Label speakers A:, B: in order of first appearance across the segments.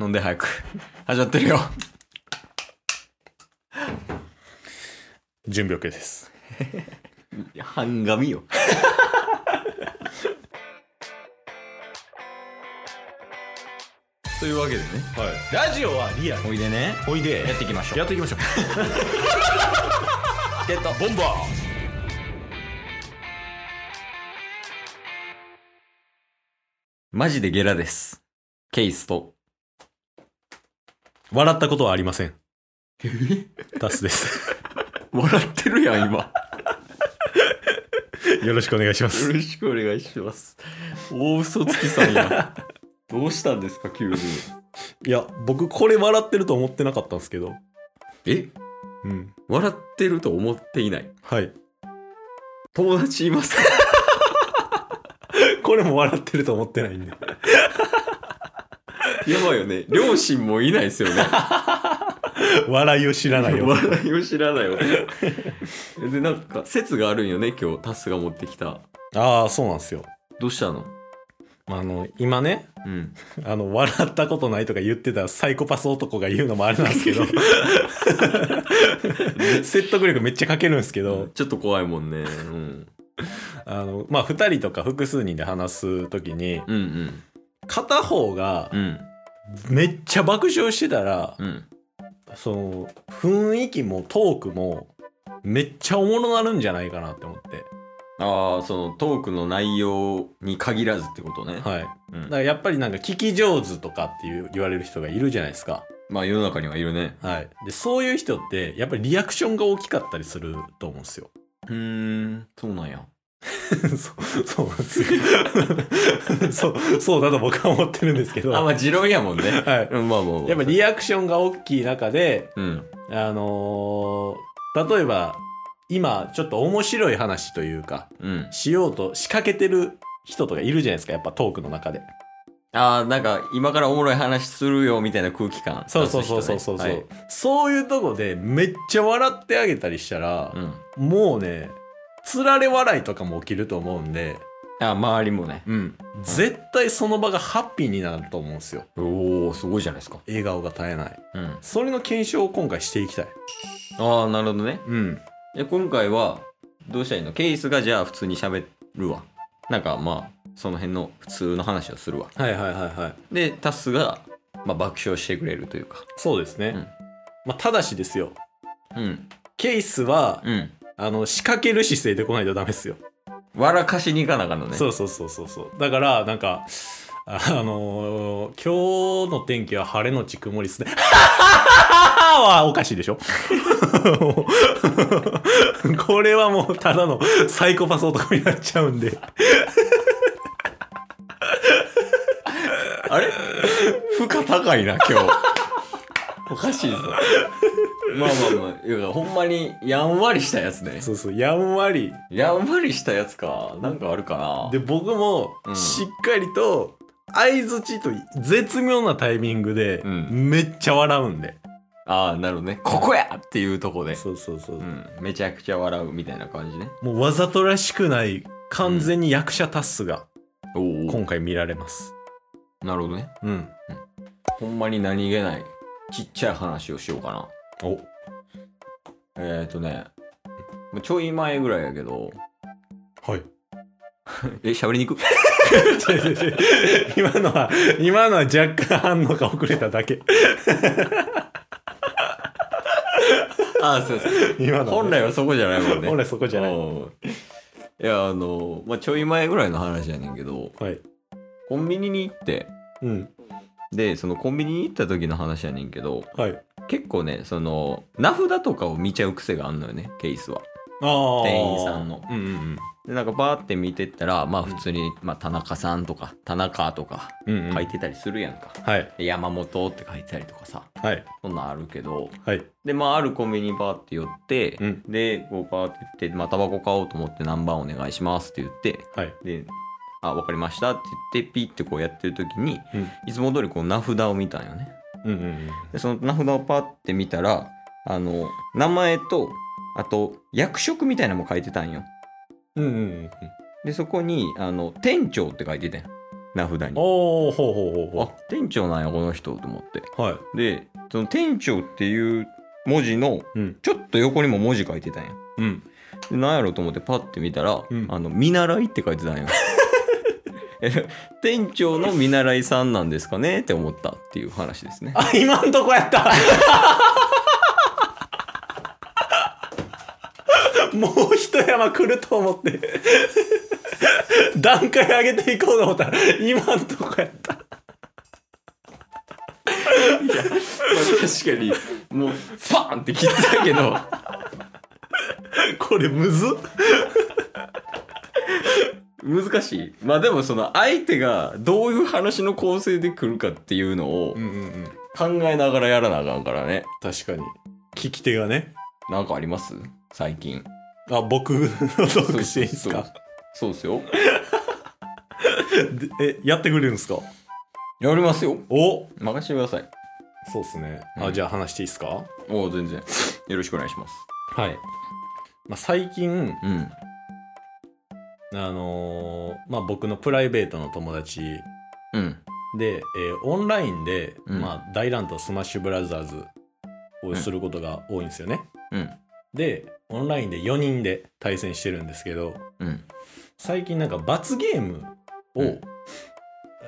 A: 飲んで早く。始まってるよ。
B: 準備 OK です
A: 半紙よ。というわけでね。
B: はいラジオはリアル
A: おいでね。
B: おいで
A: やっていきましょう。
B: やっていきましょう
A: ゲット。
B: ボンバ
A: マジでゲラです。ケイスと。
B: ー笑ったことはありま せんタスです
A: 笑ってるやん、 今。
B: よろしくお願いします
A: よろしくお願いします。大嘘つきさんや。 どうしたんですか、急に。
B: いや僕これ笑ってると思ってなかったんですけど
A: え
B: うん
A: 笑ってると思っていない。
B: はい
A: 友達いますか
B: これも笑ってると思ってないんで
A: やばいよね。両親もいないですよね。
B: 笑いを知らないよ
A: 笑いを知らないわでなんか説があるんよね今日タスが持ってきた
B: ああそうなんですよ
A: どうしたの
B: あの今ね
A: うん
B: あの笑ったことないとか言ってたサイコパス男が言うのもあれなんです けど説得力めっちゃかけるんですけど、
A: ちょっと怖いもんね、うん、
B: あのまあ2人とか複数人で話す時に
A: うんうん
B: 片方が
A: うん
B: めっちゃ爆笑してたら、
A: うん
B: その雰囲気もトークもめっちゃおもろなるんじゃないかなって思って、
A: ああそのトークの内容に限らずってことね、
B: はい、だか
A: うん
B: らやっぱりなんか聞き上手とかっていう言われる人がいるじゃないですか、
A: まあ世の中にはいるね
B: はい、でそういう人ってやっぱりリアクションが大きかったりすると思うんですよ
A: うーんそうなんや
B: そうそうなんですよ そうそうだと僕は思ってるんですけど、
A: あ
B: は
A: まあ持論やもん ね
B: い、
A: うんまあまあまあ
B: やっぱリアクションが大きい中で
A: うん
B: あのー例えば今ちょっと面白い話というか
A: うん
B: しようと仕掛けてる人とかいるじゃないですかやっぱトークの中で
A: ああなんか今からおもろい話するよみたいな空気感
B: そうそうそうそうそう、
A: 出す人ね
B: そういうとこでめっちゃ笑ってあげたりしたら
A: はい、う、ん
B: もうねつられ笑いとかも起きると思うんで
A: あ周りもねうん
B: 絶対その場がハッピーになると思うんですよ
A: おおすごいじゃないですか
B: 笑顔が絶えない
A: うん
B: それの検証を今回していきたい
A: ああなるほどね
B: うん
A: で今回はどうしたらいいのケイスがじゃあ普通に喋るわなんかまあその辺の普通の話をするわ
B: はいはいはいはい
A: でタスが、まあ、爆笑してくれるというか
B: そうですね、
A: うん
B: まあ、ただしですよ
A: うん
B: ケースは、
A: うん
B: あの仕掛ける姿勢で来ないとダメですよ
A: 笑かしに行かなあかんのね
B: そうそうそうそうそうだからなんかああのー今日の天気は晴れのち曇りっすねはおかしいでしょこれはもうただのサイコパス男になっちゃうんで
A: あれ 負荷高いな今日 おかしいぞまあまあまあいやほんまにやんわりしたやつね
B: そうそうやんわり
A: やんわりしたやつかなんかあるかな
B: で僕も
A: うん
B: しっかりと相づちと絶妙なタイミングで
A: うん
B: めっちゃ笑うんで、
A: ああなるほどねここやっていうとこで
B: そうそうそう、
A: うん、めちゃくちゃ笑うみたいな感じね。
B: もうわざとらしくない完全に役者タスが
A: お
B: 今回見られます
A: なるほどね。
B: うん
A: ほんまに何気ないちっちゃい話をしようかな。
B: お
A: えっ、ー、とね、まあちょい前ぐらいやけど、
B: はい。
A: え、喋りに行く
B: 今のは、今のは若干反応が遅れただけ。
A: ああ、そうそう。
B: 今のはね、
A: 本来はそこじゃないもんね。
B: 本来そこじゃない。
A: うんいや、あの、まあ、ちょい前ぐらいの話やねんけど、
B: はい。
A: コンビニに行って、
B: うん。
A: で、そのコンビニに行った時の話やねんけど、
B: はい。
A: 結構ね、その、名札とかを見ちゃう癖があんのよね、ケースは。
B: ああ。
A: 店員さんの
B: うんうん
A: でなんかバーって見てったらまあ普通に、まあ、田中さんとか田中とか
B: うん。うんうん
A: 書い。てたりするやんか、
B: はい。
A: で山本って書いてたりとかさ
B: はい。
A: そんなんあるけど
B: はい。
A: でまああるコンビニバーって寄って、
B: うん
A: でこうバーって行って、まあ、タバコ買おうと思って何番お願いしますって言って
B: はい。
A: で「あ分かりました」って言ってピッてこうやってる時に
B: うん。
A: いつも通りこう名札を見たんよね
B: うんうんうん。
A: でその名札をパッて見たらあの名前とあと役職みたいなのも書いてたんよ
B: うんうんうん。
A: でそこにあの店長って書いてたよ名札に
B: おおほうほうほう
A: あ店長なんやこの人と思って
B: ほうはい
A: でその店長っていう文字の
B: うん
A: ちょっと横にも文字書いてたんや
B: うん
A: でなんやろうと思ってパッて見たら、
B: うん
A: あの見習いって書いてたんや え店長の見習いさんなんですかねって思ったっていう話ですね
B: あ今んとこやった もう一山来ると思って段階上げていこうと思ったら今んとこやった
A: 確かにもうファンって切ったけど
B: これむずっ
A: 難しいまあでもその相手がどういう話の構成で来るかっていうのを
B: うんうんうん
A: 考えながらやらなあかんからね
B: 確かに聞き手がね
A: なんかあります最近
B: あ僕のトークしていいです
A: そう
B: か
A: そうですよ
B: でえやってくれるんですか
A: やりますよ
B: お
A: 任せてください
B: そうっすね、
A: う
B: あ
A: ん
B: じゃあ話していいですかは
A: おお全然よろしくお願いします
B: い、まあ、最近
A: うん
B: あのーまあ僕のプライベートの友達
A: うん
B: で、えーオンラインで、
A: うん
B: まあ、大乱闘スマッシュブラザーズをすることが多いんですよね。
A: うん
B: でオンラインで4人で対戦してるんですけど
A: うん
B: 最近なんか罰ゲームを、
A: うん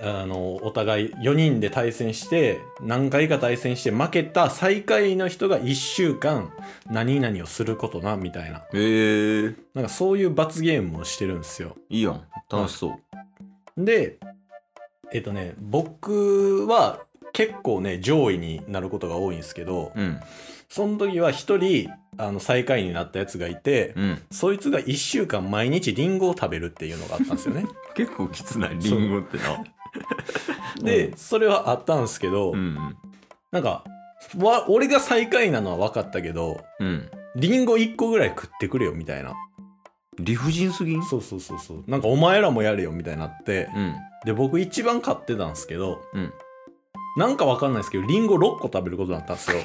B: あのお互い4人で対戦して何回か対戦して負けた最下位の人が1週間何々をすることなみたいな
A: へえー、
B: なんかそういう罰ゲームをしてるんですよ。
A: いいやん楽しそう、
B: でえっ、とね僕は結構ね上位になることが多いんですけど、
A: うん
B: その時は一人あの最下位になったやつがいて、
A: うん
B: そいつが1週間毎日リンゴを食べるっていうのがあったんですよね。
A: 結構きつないリンゴってな
B: でそれはあったんですけど、
A: うん
B: なんかわ俺が最下位なのは分かったけど
A: うん
B: リンゴ1個ぐらい食ってくれよみたいな
A: 理不尽すぎん
B: そうそうそうそうなんかお前らもやれよみたいになって
A: うん
B: で僕一番買ってたんですけど、
A: うん
B: なんか分かんないですけどリンゴ6個食べることになったん ですよ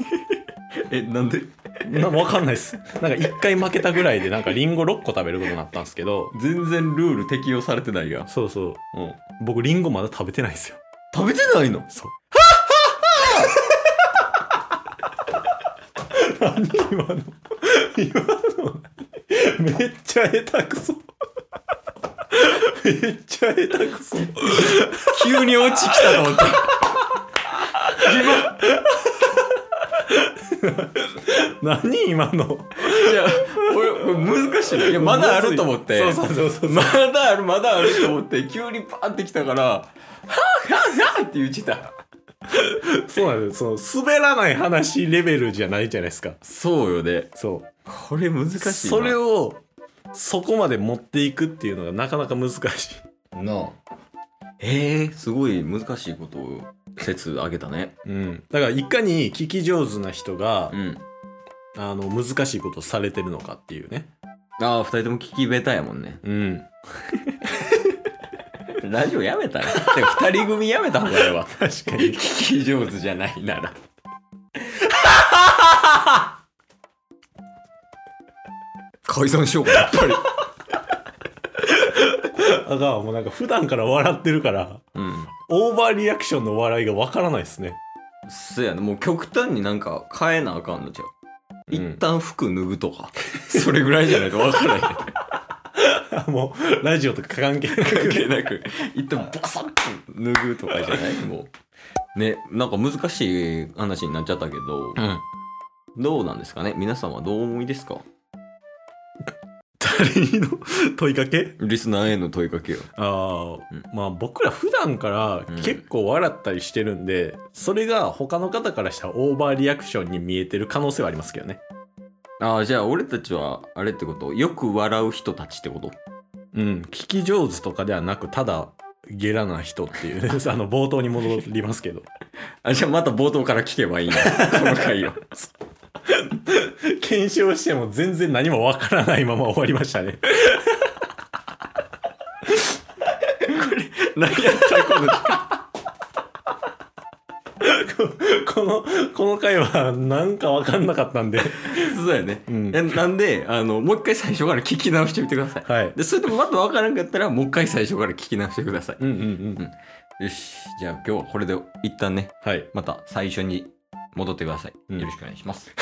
A: えなんで
B: な分かんないですなんか1回負けたぐらいでなんかリンゴ6個食べることになったんですけど
A: 全然ルール適用されてないや
B: そうそう
A: うん
B: 僕リンゴまだ食べてないんですよ
A: 食べてないの
B: そう何今の今の何 めっちゃ下手くそ めっちゃ下手くそ
A: 急に落ちきたと思って今
B: 何今の
A: いや俺これ難しいないやまだあると思って
B: そうそうそうそう
A: まだあるまだあると思って急にパーンってきたから「はあはあはあ」って言ってた
B: そうなんですよその滑らない話レベルじゃないじゃないですか
A: そうよね
B: そ
A: これ難し
B: う
A: いな
B: それをそこまで持っていくっていうのがなかなか難しい
A: なあえー、すごい難しいことを説あげたね
B: うんだからいかに聞き上手な人が
A: うん
B: あの難しいことをされてるのかっていうね
A: ああ2人とも聞き下手やもんね
B: うん
A: ラジオやめたら2人組やめた方がいいわ
B: 確かに
A: 聞き上手じゃないなら解散しようかやっぱり
B: あがもうなんか普段から笑ってるから
A: うん
B: オーバーリアクションの笑いがわからないですね
A: そやなもう極端になんか変えなあかんのちゃう
B: うん
A: 一旦服脱ぐとか、それぐらいじゃないと分からない
B: あもうラジオとか関係な
A: 関
B: く
A: 係なく一旦バサッと脱ぐとかじゃないもうねなんか難しい話になっちゃったけど、
B: ん
A: どうなんですかね皆さんはどう思いですか
B: 誰にの問いかけ
A: リスナーへの問いかけを
B: あ、
A: うん
B: まあ僕ら普段から
A: うん
B: 結構笑ったりしてるんで、それが他の方からしたらオーバーリアクションに見えてる可能性はありますけどね
A: ああじゃあ俺たちはあれってことよく笑う人たちってこと
B: うん聞き上手とかではなくただゲラな人っていうね あの冒頭に戻りますけど
A: あじゃあまた冒頭から聞けばいいなこの回を
B: 検証しても全然何もわからないまま終わりましたね
A: 何やったらこの
B: ここのこの回はなんか分かんなかったんで、
A: そうやね、
B: うん
A: えなんであのもう一回最初から聞き直してみてください
B: はい
A: でそれでもまた分からんかったらもう一回最初から聞き直してください
B: うんうんうん
A: よしじゃあ今日はこれで一旦ね
B: はい
A: また最初に戻ってください、
B: うん
A: よろしくお願いします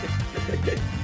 C: す